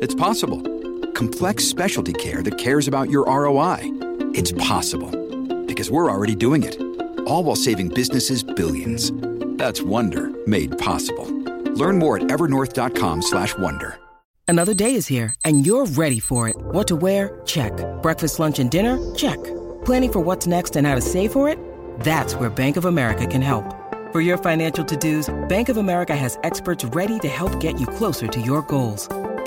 It's possible. Complex specialty care that cares about your ROI? It's possible. Because we're already doing it, all while saving businesses billions. That's Wonder made possible. Learn more at evernorth.com/slash wonder. Another day is here, and you're ready for it. What to wear? Check. Breakfast, lunch, and dinner? Check. Planning for what's next and how to save for it? That's where Bank of America can help. For your financial to-dos, Bank of America has experts ready to help get you closer to your goals.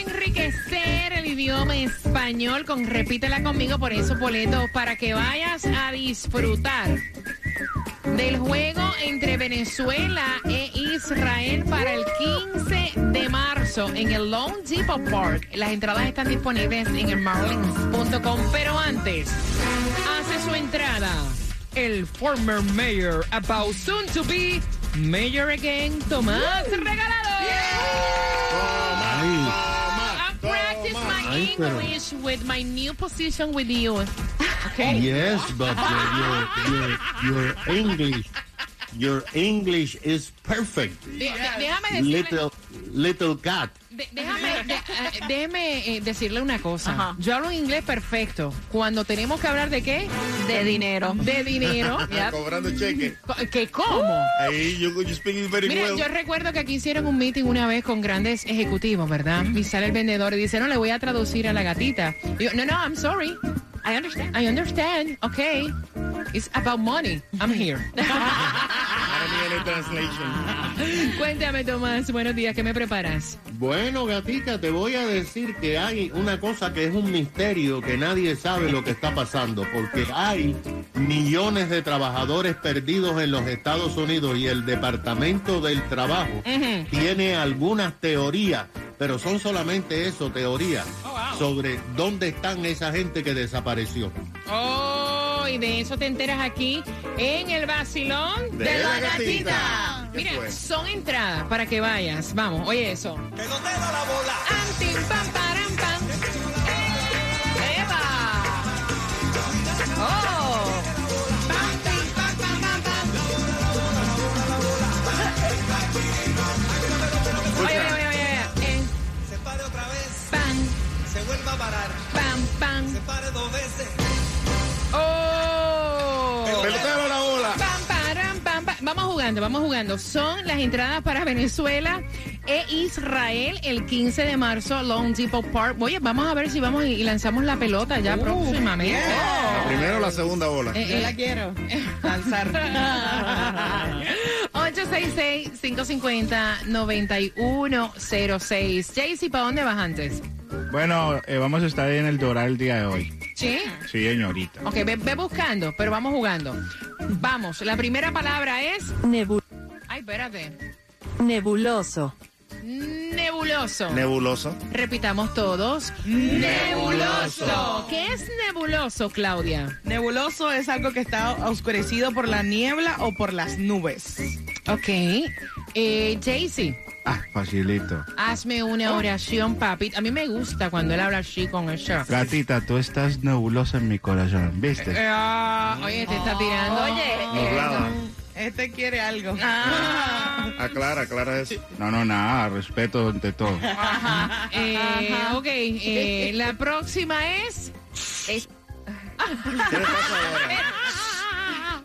enriquecer el idioma español con Repítela conmigo por esos boletos para que vayas a disfrutar del juego entre Venezuela e Israel para el 15 de marzo en el Lone Depot Park. Las entradas están disponibles en el marlins.com, pero antes hace su entrada el former mayor about soon to be mayor again Tomás Regalado. I practice my Ay, pero- English with my new position with you. Okay. Yes, but uh, your, your, your, your English, your English is perfect. De- de- déjame decirle Little, little cat. De- déjame, de- eh, déjeme eh, decirle una cosa. Yo hablo inglés perfecto. Cuando tenemos que hablar de qué? de dinero. De dinero. Cobrando cheque. Co- ¿Qué cómo? Ahí, you, you speak it very Mira, well. yo recuerdo que aquí hicieron un meeting una vez con grandes ejecutivos, ¿verdad? Y sale el vendedor y dice, no, le voy a traducir a la gatita. Y yo, no, no, I'm sorry. I understand. I understand. Okay. It's about money. I'm here. I don't need any translation. Cuéntame, Tomás. Buenos días. ¿Qué me preparas? Bueno, gatica, te voy a decir que hay una cosa que es un misterio que nadie sabe lo que está pasando, porque hay millones de trabajadores perdidos en los Estados Unidos y el Departamento del Trabajo tiene algunas teorías, pero son solamente eso, teorías, Oh, sobre dónde están esa gente que desapareció. Oh, y de eso te enteras aquí en el vacilón de, la gatita. Mira, fue? son entradas para que vayas. Vamos, oye eso. ¿De dónde da la bola? Antim, pam, param, pam. ¡Eva! ¡Oh! Pam, pam, pam, pam, pam, pam. Oye, oye, oye, oye, oye. Eh, Se pare otra vez, pam, se vuelva a parar. pam, pam. Se pare dos veces. ¡Oh! Pelotero a la bola. Pam, param, pam, pam. Vamos jugando, vamos jugando. Son las entradas para Venezuela e Israel el 15 de marzo, Lone Depot Park. Oye, vamos a ver si vamos y y lanzamos la pelota ya próximamente. La primera o la segunda bola. Eh, eh. quiero. 866-550-9106. Jaycee, ¿para dónde vas antes? Bueno, eh, vamos a estar en el Doral el día de hoy. ¿Sí? Sí, señorita. Ok, ve, ve buscando, pero vamos jugando. Vamos, la primera palabra es... Ay, espérate. nebuloso. Nebuloso. Nebuloso. Repitamos todos. Nebuloso. ¿Qué es nebuloso, Claudia? Nebuloso es algo que está oscurecido por la niebla o por las nubes. Ok. Eh, Jaycee, Ah, facilito. hazme Oh. una oración, papi. A mí me gusta cuando él habla así con el chef. Gatita, tú estás nebulosa en mi corazón, ¿viste? Ah, oye, te está tirando. Oh. Oye, Nublada. Eh, Este quiere algo. Ah, Aclara, aclara eso. No, no, nada, respeto ante todo. eh, ok, eh, la próxima es. ¿Qué le pasa ahora?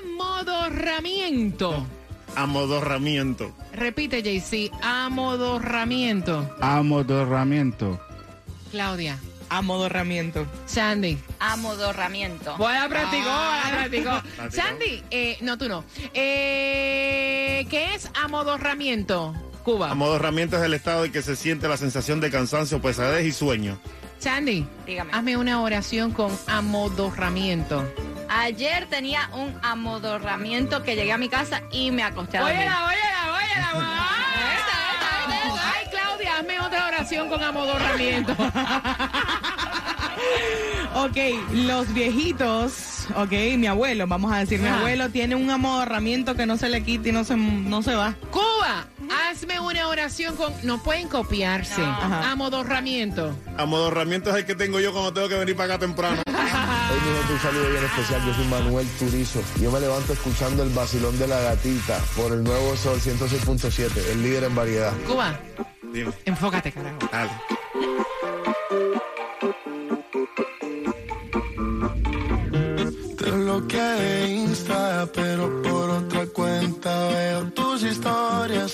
Amodorramiento. Amodorramiento. Repite, JC. Amodorramiento. Amodorramiento. Claudia. amodorramiento. Sandy. Amodorramiento. Bueno, practicó, la practicó. Practicó. Sandy, eh, no, tú no. Eh, ¿Qué es amodorramiento, Cuba? Amodorramiento es el estado en que se siente la sensación de cansancio, pesadez y sueño. Sandy, Dígame. hazme una oración con amodorramiento. Ayer tenía un amodorramiento que llegué a mi casa y me acosté a dormir. Óyela, óyela, óyela. guau. Esa, esa, esa, esa. Ay, Claudia, hazme otra oración con amodorramiento. Ok, los viejitos, ok, mi abuelo, vamos a decir, mi Ajá. abuelo tiene un amodorramiento que no se le quita y no se, no se va. Cuba, hazme una oración con... No pueden copiarse. Ajá. Amodorramiento. Amodorramiento es el que tengo yo cuando tengo que venir para acá temprano. Hoy minuto un saludo bien especial, yo soy Manuel Turizo. Yo me levanto escuchando el vacilón de la gatita por el nuevo Sol 106.7, el líder en variedad. Cuba, Dime, enfócate, carajo. dale. Te bloqueé de Insta, pero por otra cuenta veo tus historias.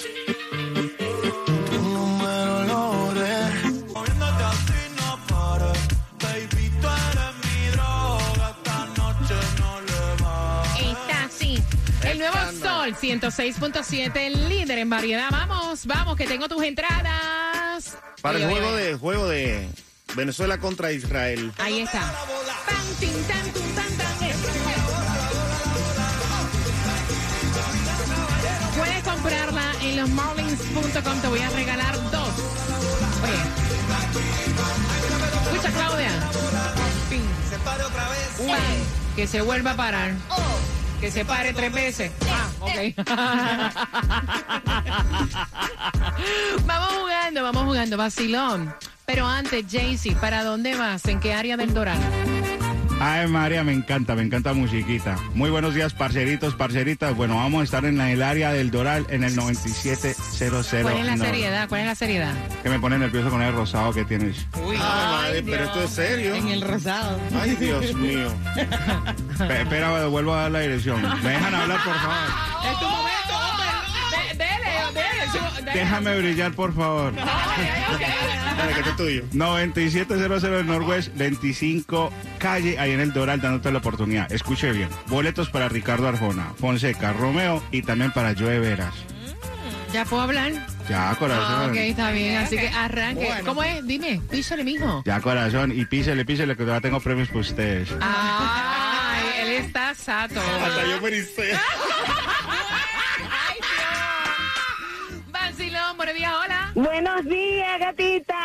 Tu número lo borré. Moviéndote así no pares, baby, tú eres mi droga, esta noche no le va. Está así. El nuevo Sol 106.7, el líder en variedad. Vamos, vamos, que tengo tus entradas. Para el Oye, oye, juego oye. de, juego de Venezuela contra Israel. Ahí está. Tan, tin, tan, tun, tan, tan, eh. Puedes comprarla en los marlins.com. Te voy a regalar dos. Oye. Escucha, Claudia. Pin. Una. Que se vuelva a parar. Que se pare tres veces. Ah, ok. vamos jugando, vamos jugando. Vacilón. Pero antes, Jaycee, ¿para dónde vas? ¿En qué área del Doral? Ay, María, me encanta, me encanta musiquita. Muy buenos días, parceritos, parceritas. Bueno, vamos a estar en la, el área del Doral en el 9700. ¿Cuál es la No, seriedad? ¿Cuál es la seriedad? Que me pone nervioso con el rosado que tienes. Ay, madre, pero esto es serio. En el rosado. Ay, Dios mío. Pe- espera, vuelvo a dar la dirección. Me dejan hablar, por favor. Es tu momento, hombre. De- Dele, dele. su- dele. Déjame brillar, por favor. Ay, ay, ok. Dale, que esto es tuyo. 9700 del Norwest, 25 calle, ahí en el Doral, dándote la oportunidad. Escuche bien. Boletos para Ricardo Arjona, Fonseca, Romeo y también para Joe Veras. ¿Ya puedo hablar? Ya, Ah, corazón. ok, está bien. Así que arranque. Bueno. ¿Cómo es? Dime, píchale, mijo. Ya, corazón. Y písele, písele, que todavía tengo premios para ustedes. Ay, él está sato. Ah, Hasta yo me ericé. Ay, Dios. Vacilón, buenos días, hola. Buenos días, gatita.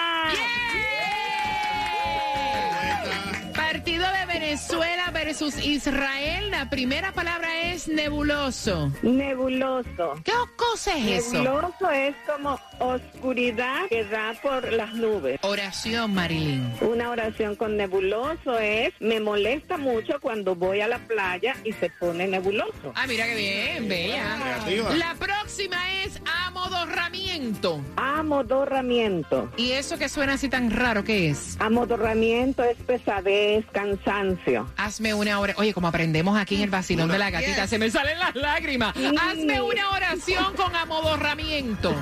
Partido de Venezuela versus Israel. La primera palabra es nebuloso. Nebuloso. ¿Qué cosa es eso? Nebuloso es como oscuridad que da por las nubes. Oración, Marilyn. Una oración con nebuloso es, me molesta mucho cuando voy a la playa y se pone nebuloso. Ah, mira qué bien, bella. Arriba. La próxima es amodorramiento. Amodorramiento. ¿Y eso que suena así tan raro qué es? Amodorramiento es pesadez, cansancio. Hazme una hora. Oye, como aprendemos aquí en el vacilón de la gatita, se me salen las lágrimas. Hazme una oración con amodorramiento.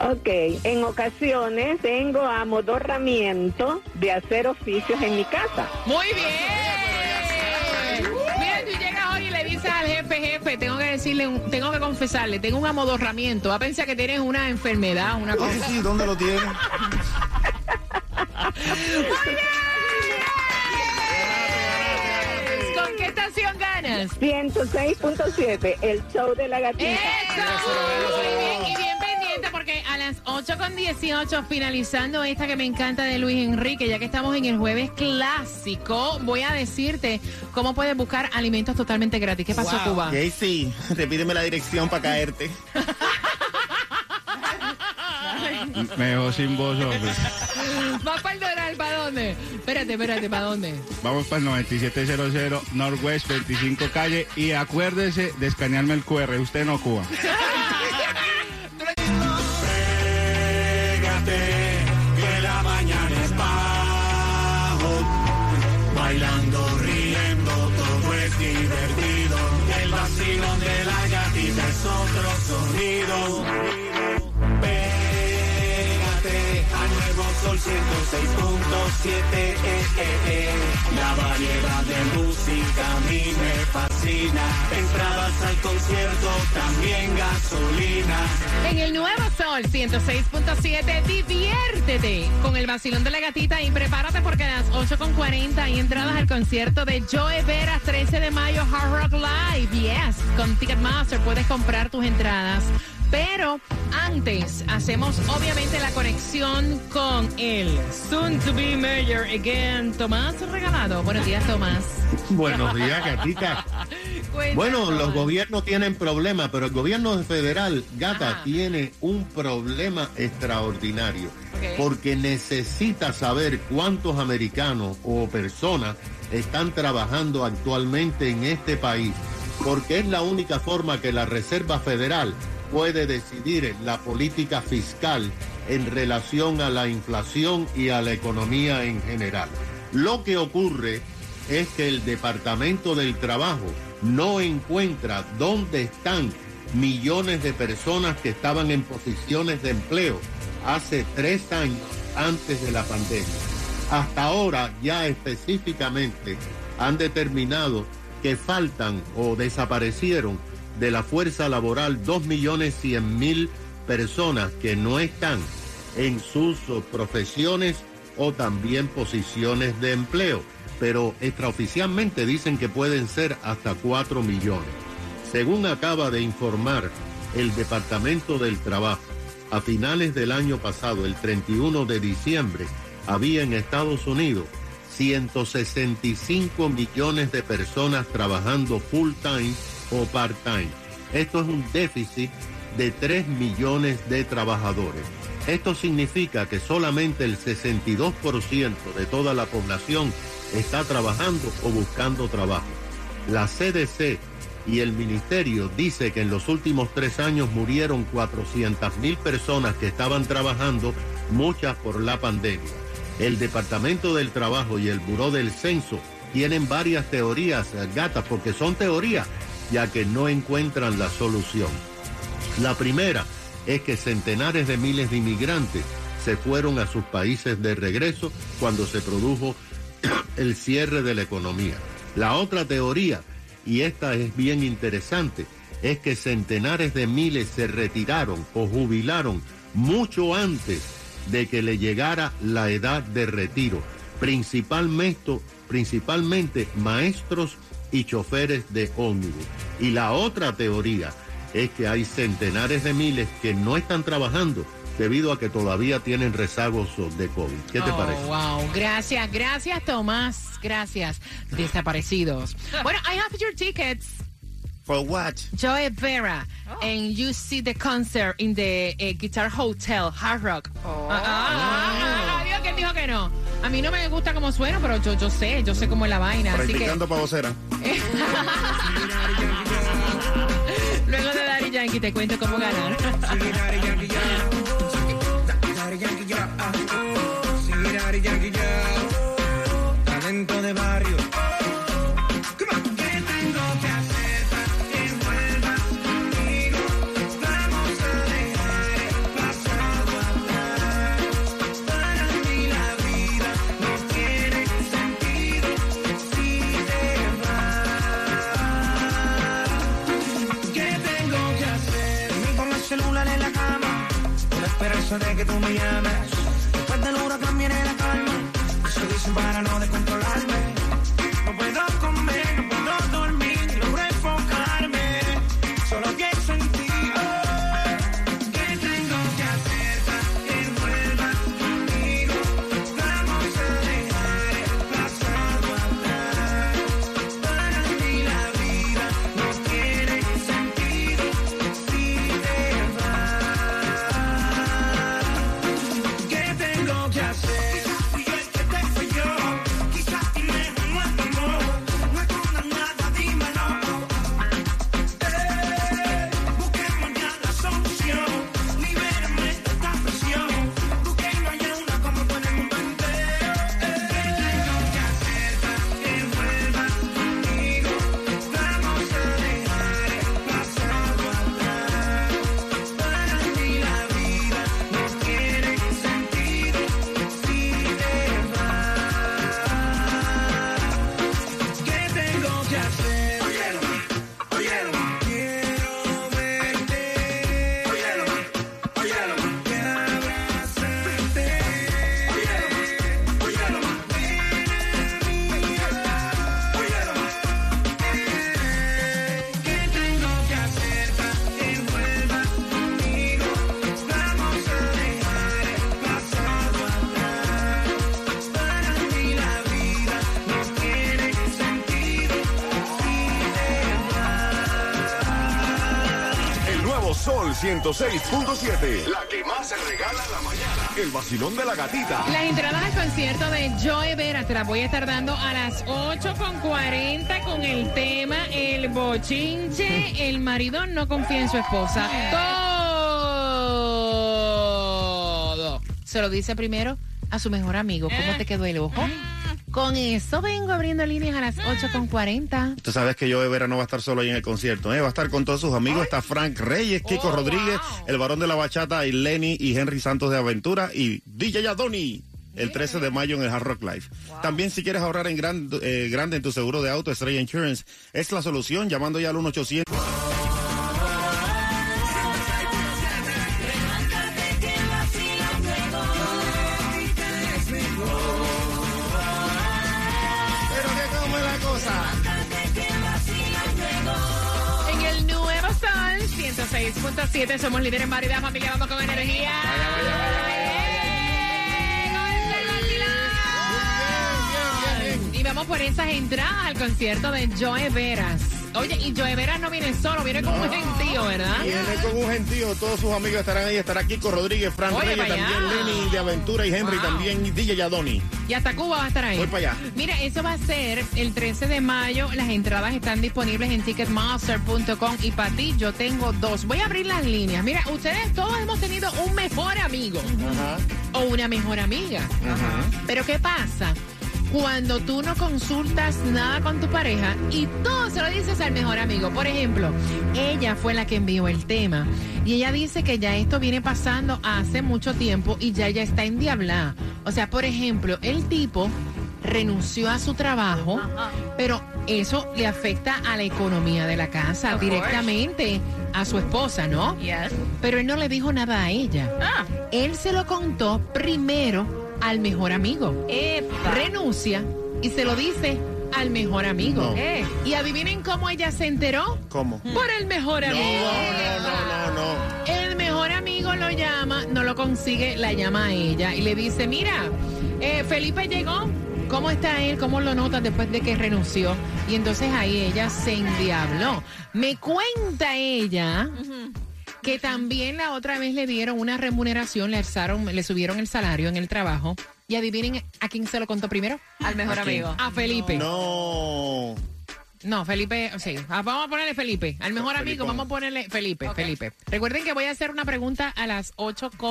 Ok, en ocasiones tengo amodorramiento de hacer oficios en mi casa. Muy bien. Mira, tú llegas hoy y le dices al jefe, jefe, tengo que decirle, un- tengo que confesarle, tengo un amodorramiento. Va a pensar que tienes una enfermedad, una cosa. sí, ¿dónde lo tiene? ¿Con qué estación ganas? 106.7, el show de la gatita. ¡Eh! ¡Eso! Muy bien, y bien pendiente porque a las 8 con 18, finalizando esta que me encanta de Luis Enrique, ya que estamos en el jueves clásico, voy a decirte cómo puedes buscar alimentos totalmente gratis. ¿Qué pasó, Cuba? Casey, repíteme la dirección para caerte. Me dejó sin voz, hombre. ¿Vas para el Doral? ¿Para dónde? Espérate, espérate, ¿para dónde? Vamos para el 9700 Norwest 25 calle y acuérdese de escanearme el QR. Usted no Cuba. Pégate, que la mañana es bajo. Bailando, riendo, todo es divertido. El vacilón de la gatita es otro sonido. Pégate al nuevo sol 106.7. siete, eh, eh, eh. La variedad de música a mí me fascina. Entradas al concierto, también gasolina. En el nuevo Sol 106.7, diviértete con el vacilón de la gatita y prepárate porque a las 8.40 hay entradas al concierto de Joe Veras, 13 de mayo, Hard Rock Live. Yes, con Ticketmaster puedes comprar tus entradas. Pero antes hacemos obviamente la conexión con el soon to be mayor again, Tomás Regalado. Buenos días, Tomás. Buenos días, gatita. Cuéntanos, Bueno, los Tomás. gobiernos tienen problemas, pero el gobierno federal, gata, tiene un problema extraordinario. Ok. Porque necesita saber cuántos americanos o personas están trabajando actualmente en este país. Porque es la única forma que la Reserva Federal puede decidir la política fiscal en relación a la inflación y a la economía en general. Lo que ocurre es que el Departamento del Trabajo no encuentra dónde están millones de personas que estaban en posiciones de empleo hace tres años antes de la pandemia. Hasta ahora ya específicamente han determinado que faltan o desaparecieron de la fuerza laboral 2.100.000 personas que no están en sus oh, profesiones o también posiciones de empleo, pero extraoficialmente dicen que pueden ser hasta 4 millones. Según acaba de informar el Departamento del Trabajo, a finales del año pasado, el 31 de diciembre, había en Estados Unidos 165 millones de personas trabajando full time o part time. Esto es un déficit de 3 millones de trabajadores. Esto significa que solamente el 62% de toda la población está trabajando o buscando trabajo. La CDC y el ministerio dice que en los últimos tres años murieron 400.000 personas que estaban trabajando, muchas por la pandemia. El Departamento del Trabajo y el Buró del Censo tienen varias teorías, eh, gatas, porque son teorías, ya que no encuentran la solución. La primera es que centenares de miles de inmigrantes se fueron a sus países de regreso cuando se produjo el cierre de la economía. La otra teoría, y esta es bien interesante, es que centenares de miles se retiraron o jubilaron mucho antes de que le llegara la edad de retiro, principalmente, principalmente maestros y choferes de ómnibus. Y la otra teoría es que hay centenares de miles que no están trabajando debido a que todavía tienen rezagos de COVID. ¿Qué te Oh, parece? Wow, gracias, gracias Tomás, gracias. Desaparecidos. bueno, I have your tickets. For what? Joe Vera, and you see the concert in the eh, Guitar Hotel, Hard Rock. Ah, ah, ah, ah, Dios, que él dijo que no. A mí no me gusta cómo suena, pero yo, yo sé, yo sé cómo es la vaina. Así que Practicando para vocera. luego de Daddy Yankee te cuento cómo ganar. Talento de barrio. ¿Qué tengo que hacer para que vuelvas conmigo? Vamos a dejar el pasado atrás. Para mí la vida no tiene sentido si te vas. ¿Qué tengo que hacer? Dormir con el celular en la cama. Con la esperanza de que tú me llames. Después del huracán viene la calma. Eso dicen para no descontrolarme. No puedo comer, no puedo dormir, logro enfocarme. Solo pienso en ti. Oh, ¿Qué tengo que hacer para que vuelvas conmigo? Vamos a dejar el pasado atrás. Para mí la vida no tiene sentido si te vas. ¿Qué 106.7. La que más se regala en la mañana. El vacilón de la gatita. Las entradas al concierto de Joe Vera te las voy a estar dando a las 8.40 con el tema El bochinche, el marido no confía en su esposa. Todo. Se lo dice primero a su mejor amigo. ¿Cómo te quedó el ojo? Con eso vengo abriendo líneas a las 8.40. Tú sabes que yo de verano va a estar solo ahí en el concierto, ¿eh? Va a estar con todos sus amigos. Está Frank Reyes, Kiko Rodríguez, el varón de la bachata, y Lenny y Henry Santos de Aventura y DJ Adoni. El 13 de mayo en el Hard Rock Live. También si quieres ahorrar en gran- eh, grande en tu seguro de auto, Estrella Insurance es la solución llamando ya al 1-800. Pero que como la cosa. En el nuevo sol, 106.7, somos líderes en variedad, familia, vamos con energía. ¡Eh! Y vamos por esas entradas al concierto de Joe Veras. Oye, y Joe Veras no viene solo, viene con un gentío, ¿verdad? Viene con un gentío, todos sus amigos estarán ahí. Estará Kiko Rodríguez, Frank Oye, Reyes, para allá. también Lenny de Aventura y Henry, Wow. también DJ Adoni. Y hasta Cuba va a estar ahí. Voy para allá. Mira, eso va a ser el 13 de mayo. Las entradas están disponibles en ticketmaster.com. Y para ti, yo tengo dos. Voy a abrir las líneas. Mira, ustedes todos hemos tenido un mejor amigo o una mejor amiga. Pero ¿qué pasa? Cuando tú no consultas nada con tu pareja y todo se lo dices al mejor amigo. Por ejemplo, ella fue la que envió el tema y ella dice que ya esto viene pasando hace mucho tiempo y ya ella está en diabla. O sea, por ejemplo, el tipo renunció a su trabajo, pero eso le afecta a la economía de la casa Of course. directamente a su esposa, ¿no? Pero él no le dijo nada a ella. Ah. Él se lo contó primero al mejor amigo. Renuncia y se lo dice al mejor amigo. No. Y adivinen cómo ella se enteró. ¿Cómo? Por el mejor amigo. No, no. El mejor amigo lo llama, no lo consigue, la llama a ella y le dice, mira, eh, Felipe llegó, ¿cómo está él? ¿Cómo lo notas después de que renunció? Y entonces ahí ella se endiabló. Me cuenta ella que también la otra vez le dieron una remuneración, le, alzaron, le subieron el salario en el trabajo. Y adivinen a quién se lo contó primero. Al mejor ¿A quién? amigo. A Felipe. No. No, Felipe, sí. Ah, Vamos a ponerle Felipe. Al mejor amigo, Felipón. vamos a ponerle Felipe. Felipe. Recuerden que voy a hacer una pregunta a las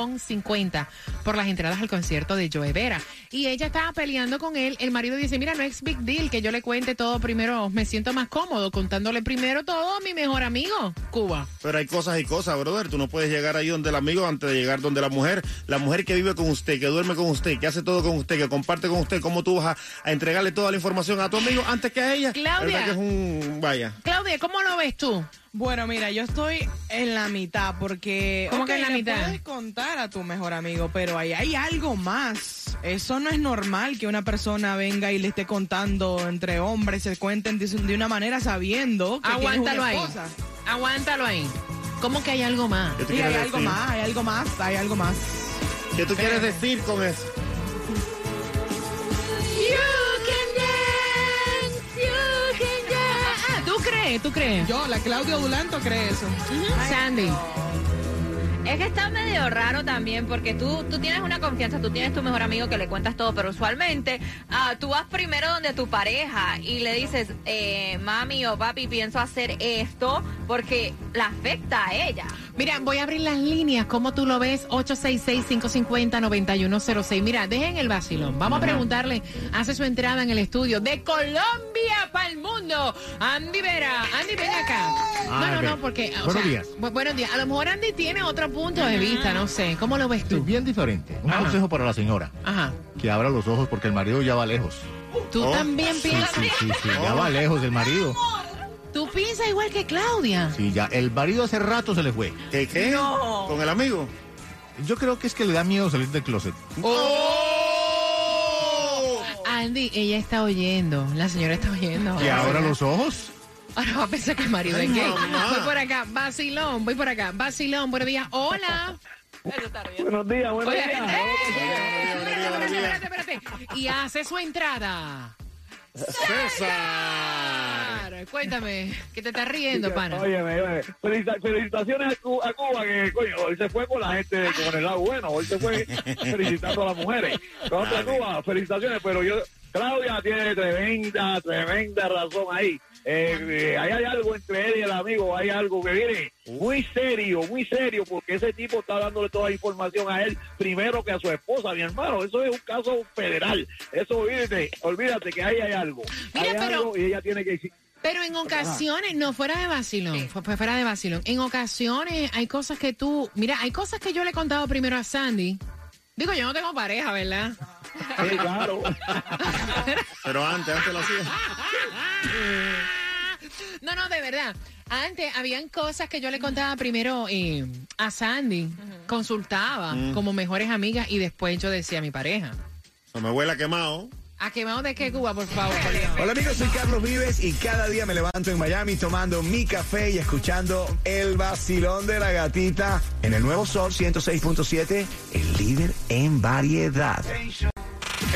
8.50 por las entradas al concierto de Joe Vera. Y ella estaba peleando con él. El marido dice, mira, no es big deal que yo le cuente todo primero. Me siento más cómodo contándole primero todo a mi mejor amigo, Cuba. Pero hay cosas y cosas, brother. Tú no puedes llegar ahí donde el amigo antes de llegar donde la mujer. La mujer que vive con usted, que duerme con usted, que hace todo con usted, que comparte con usted. ¿Cómo tú vas a, a entregarle toda la información a tu amigo antes que a ella? Claudia. ¿Verdad que es un... Vaya. Claudia, ¿cómo lo ves tú? Bueno, mira, yo estoy en la mitad porque... ¿Cómo ok, que en la le mitad? puedes contar a tu mejor amigo, pero ahí hay algo más. Eso no es normal que una persona venga y le esté contando entre hombres, se cuenten de, de una manera sabiendo que tienes una Aguántalo ahí. esposa. Aguántalo ahí. ¿Cómo que hay algo más? ¿Qué tú Sí, hay quieres algo decir? más, Ah, hay algo más, hay algo más. ¿Qué tú quieres decir con eso? Ah, ¿Tú crees? ¿Tú crees? Yo, la Claudia Dulanto cree eso. Sandy. Es que está medio raro también porque tú, tú tienes una confianza, tú tienes tu mejor amigo que le cuentas todo, pero usualmente ah, tú vas primero donde tu pareja y le dices, eh, mami o papi, pienso hacer esto porque la afecta a ella. Mira, voy a abrir las líneas. ¿Cómo tú lo ves? 866-550-9106. Mira, dejen el vacilón. Vamos a preguntarle. Hace su entrada en el estudio de Colombia para el mundo. Andy Vera. Andy, ven acá. Ah, no, no, ok. no, porque. o Buenos sea, días. bu- buenos días. A lo mejor Andy tiene otro punto de vista, no sé. ¿Cómo lo ves tú? Bien diferente. Un Ajá. consejo para la señora. Ajá. Que abra los ojos porque el marido ya va lejos. Tú Oh. también Sí, piensas. sí, sí, sí, ya va lejos el marido. Tú piensas igual que Claudia. Sí, ya. El marido hace rato se le fue. ¿Qué, qué? No. ¿Con el amigo? Yo creo que es que le da miedo salir del closet. ¡Oh! Andy, ella está oyendo. La señora está oyendo. Que abra los ojos. Ahora va a pensar Ah, que el marido Ay, es gay. mamá. Voy por acá, vacilón, voy por acá, vacilón, buenos días. Hola. Buenos días, buenos Oye, días. ¡eh! Espérate, espérate, espérate, espérate. Y hace su entrada César. Cuéntame, que te estás riendo, pana. Oye, oye, felicita- felicitaciones a, Cu- a Cuba, que coño, hoy se fue con la gente, con el lado bueno, hoy se fue felicitando a las mujeres. Contra Cuba, felicitaciones, pero yo, Claudia tiene tremenda, tremenda razón ahí. Eh, eh, ahí hay algo entre él y el amigo, hay algo que viene muy serio, muy serio, porque ese tipo está dándole toda la información a él primero que a su esposa, mi hermano. Eso es un caso federal. Eso, olvídate, olvídate que ahí hay algo. Mira, hay pero- algo y ella tiene que Pero en ocasiones, no fuera de vacilón, fu- fu- fuera de vacilón. En ocasiones hay cosas que tú, mira, hay cosas que yo le he contado primero a Sandy. Digo, yo no tengo pareja, ¿verdad? Sí, claro. Pero antes, antes lo hacía. No, no, de verdad. Antes habían cosas que yo le contaba primero eh, a Sandy, consultaba Mm. como mejores amigas y después yo decía a mi pareja. Se me huele a quemado. ¿A qué vamos de qué Cuba, por favor? por Dios? Hola amigos, soy Carlos Vives y cada día me levanto en Miami tomando mi café y escuchando el vacilón de la gatita en el nuevo Sol 106.7, el líder en variedad.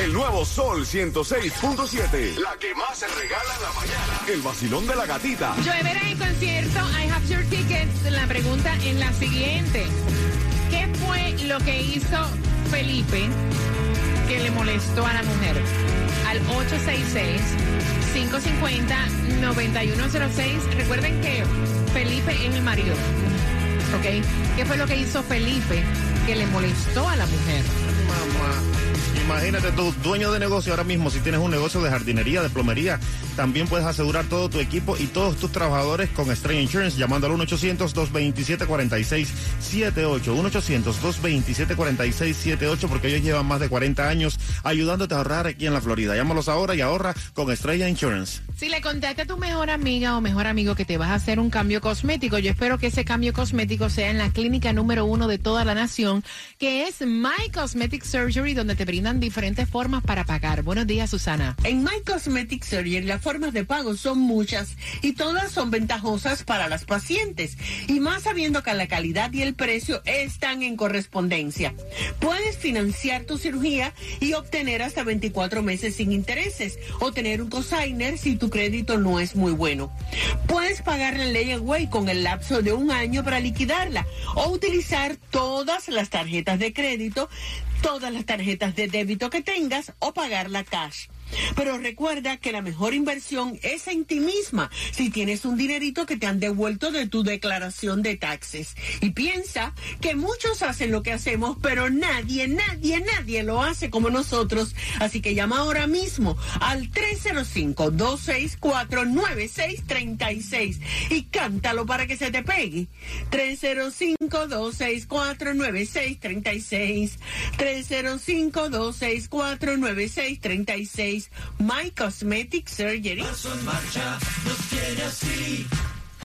El nuevo Sol 106.7. La que más se regala en la mañana. El vacilón de la gatita. Lloverá en concierto, I have your tickets. La pregunta es la siguiente. ¿Qué fue lo que hizo Felipe que le molestó a la mujer? Al 866-550-9106. Recuerden que Felipe es el marido. ¿Ok? ¿Qué fue lo que hizo Felipe que le molestó a la mujer? Imagínate tú, dueño de negocio ahora mismo, si tienes un negocio de jardinería, de plomería, también puedes asegurar todo tu equipo y todos tus trabajadores con Stray Insurance llamando al 1-800-227-4678. 1-800-227-4678 porque ellos llevan más de 40 años ayudándote a ahorrar aquí en la Florida. Llámalos ahora y ahorra con Estrella Insurance. Si le contaste a tu mejor amiga o mejor amigo que te vas a hacer un cambio cosmético, yo espero que ese cambio cosmético sea en la clínica número uno de toda la nación, que es My Cosmetic Surgery, donde te brindan diferentes formas para pagar. Buenos días, Susana. En My Cosmetic Surgery las formas de pago son muchas y todas son ventajosas para las pacientes. Y más sabiendo que la calidad y el precio están en correspondencia. Puedes financiar tu cirugía y obtener hasta 24 meses sin intereses o tener un cosigner si tu crédito no es muy bueno. Puedes pagar la ley Away con el lapso de un año para liquidarla o utilizar todas las tarjetas de crédito, todas las tarjetas de débito que tengas o pagarla cash. Pero recuerda que la mejor inversión es en ti misma si tienes un dinerito que te han devuelto de tu declaración de taxes. Y piensa que muchos hacen lo que hacemos, pero nadie, nadie, nadie lo hace como nosotros. Así que llama ahora mismo al 305-264-9636 y cántalo para que se te pegue. 305-264-9636. 305-264-9636. My Cosmetic Surgery. marcha, nos tiene así.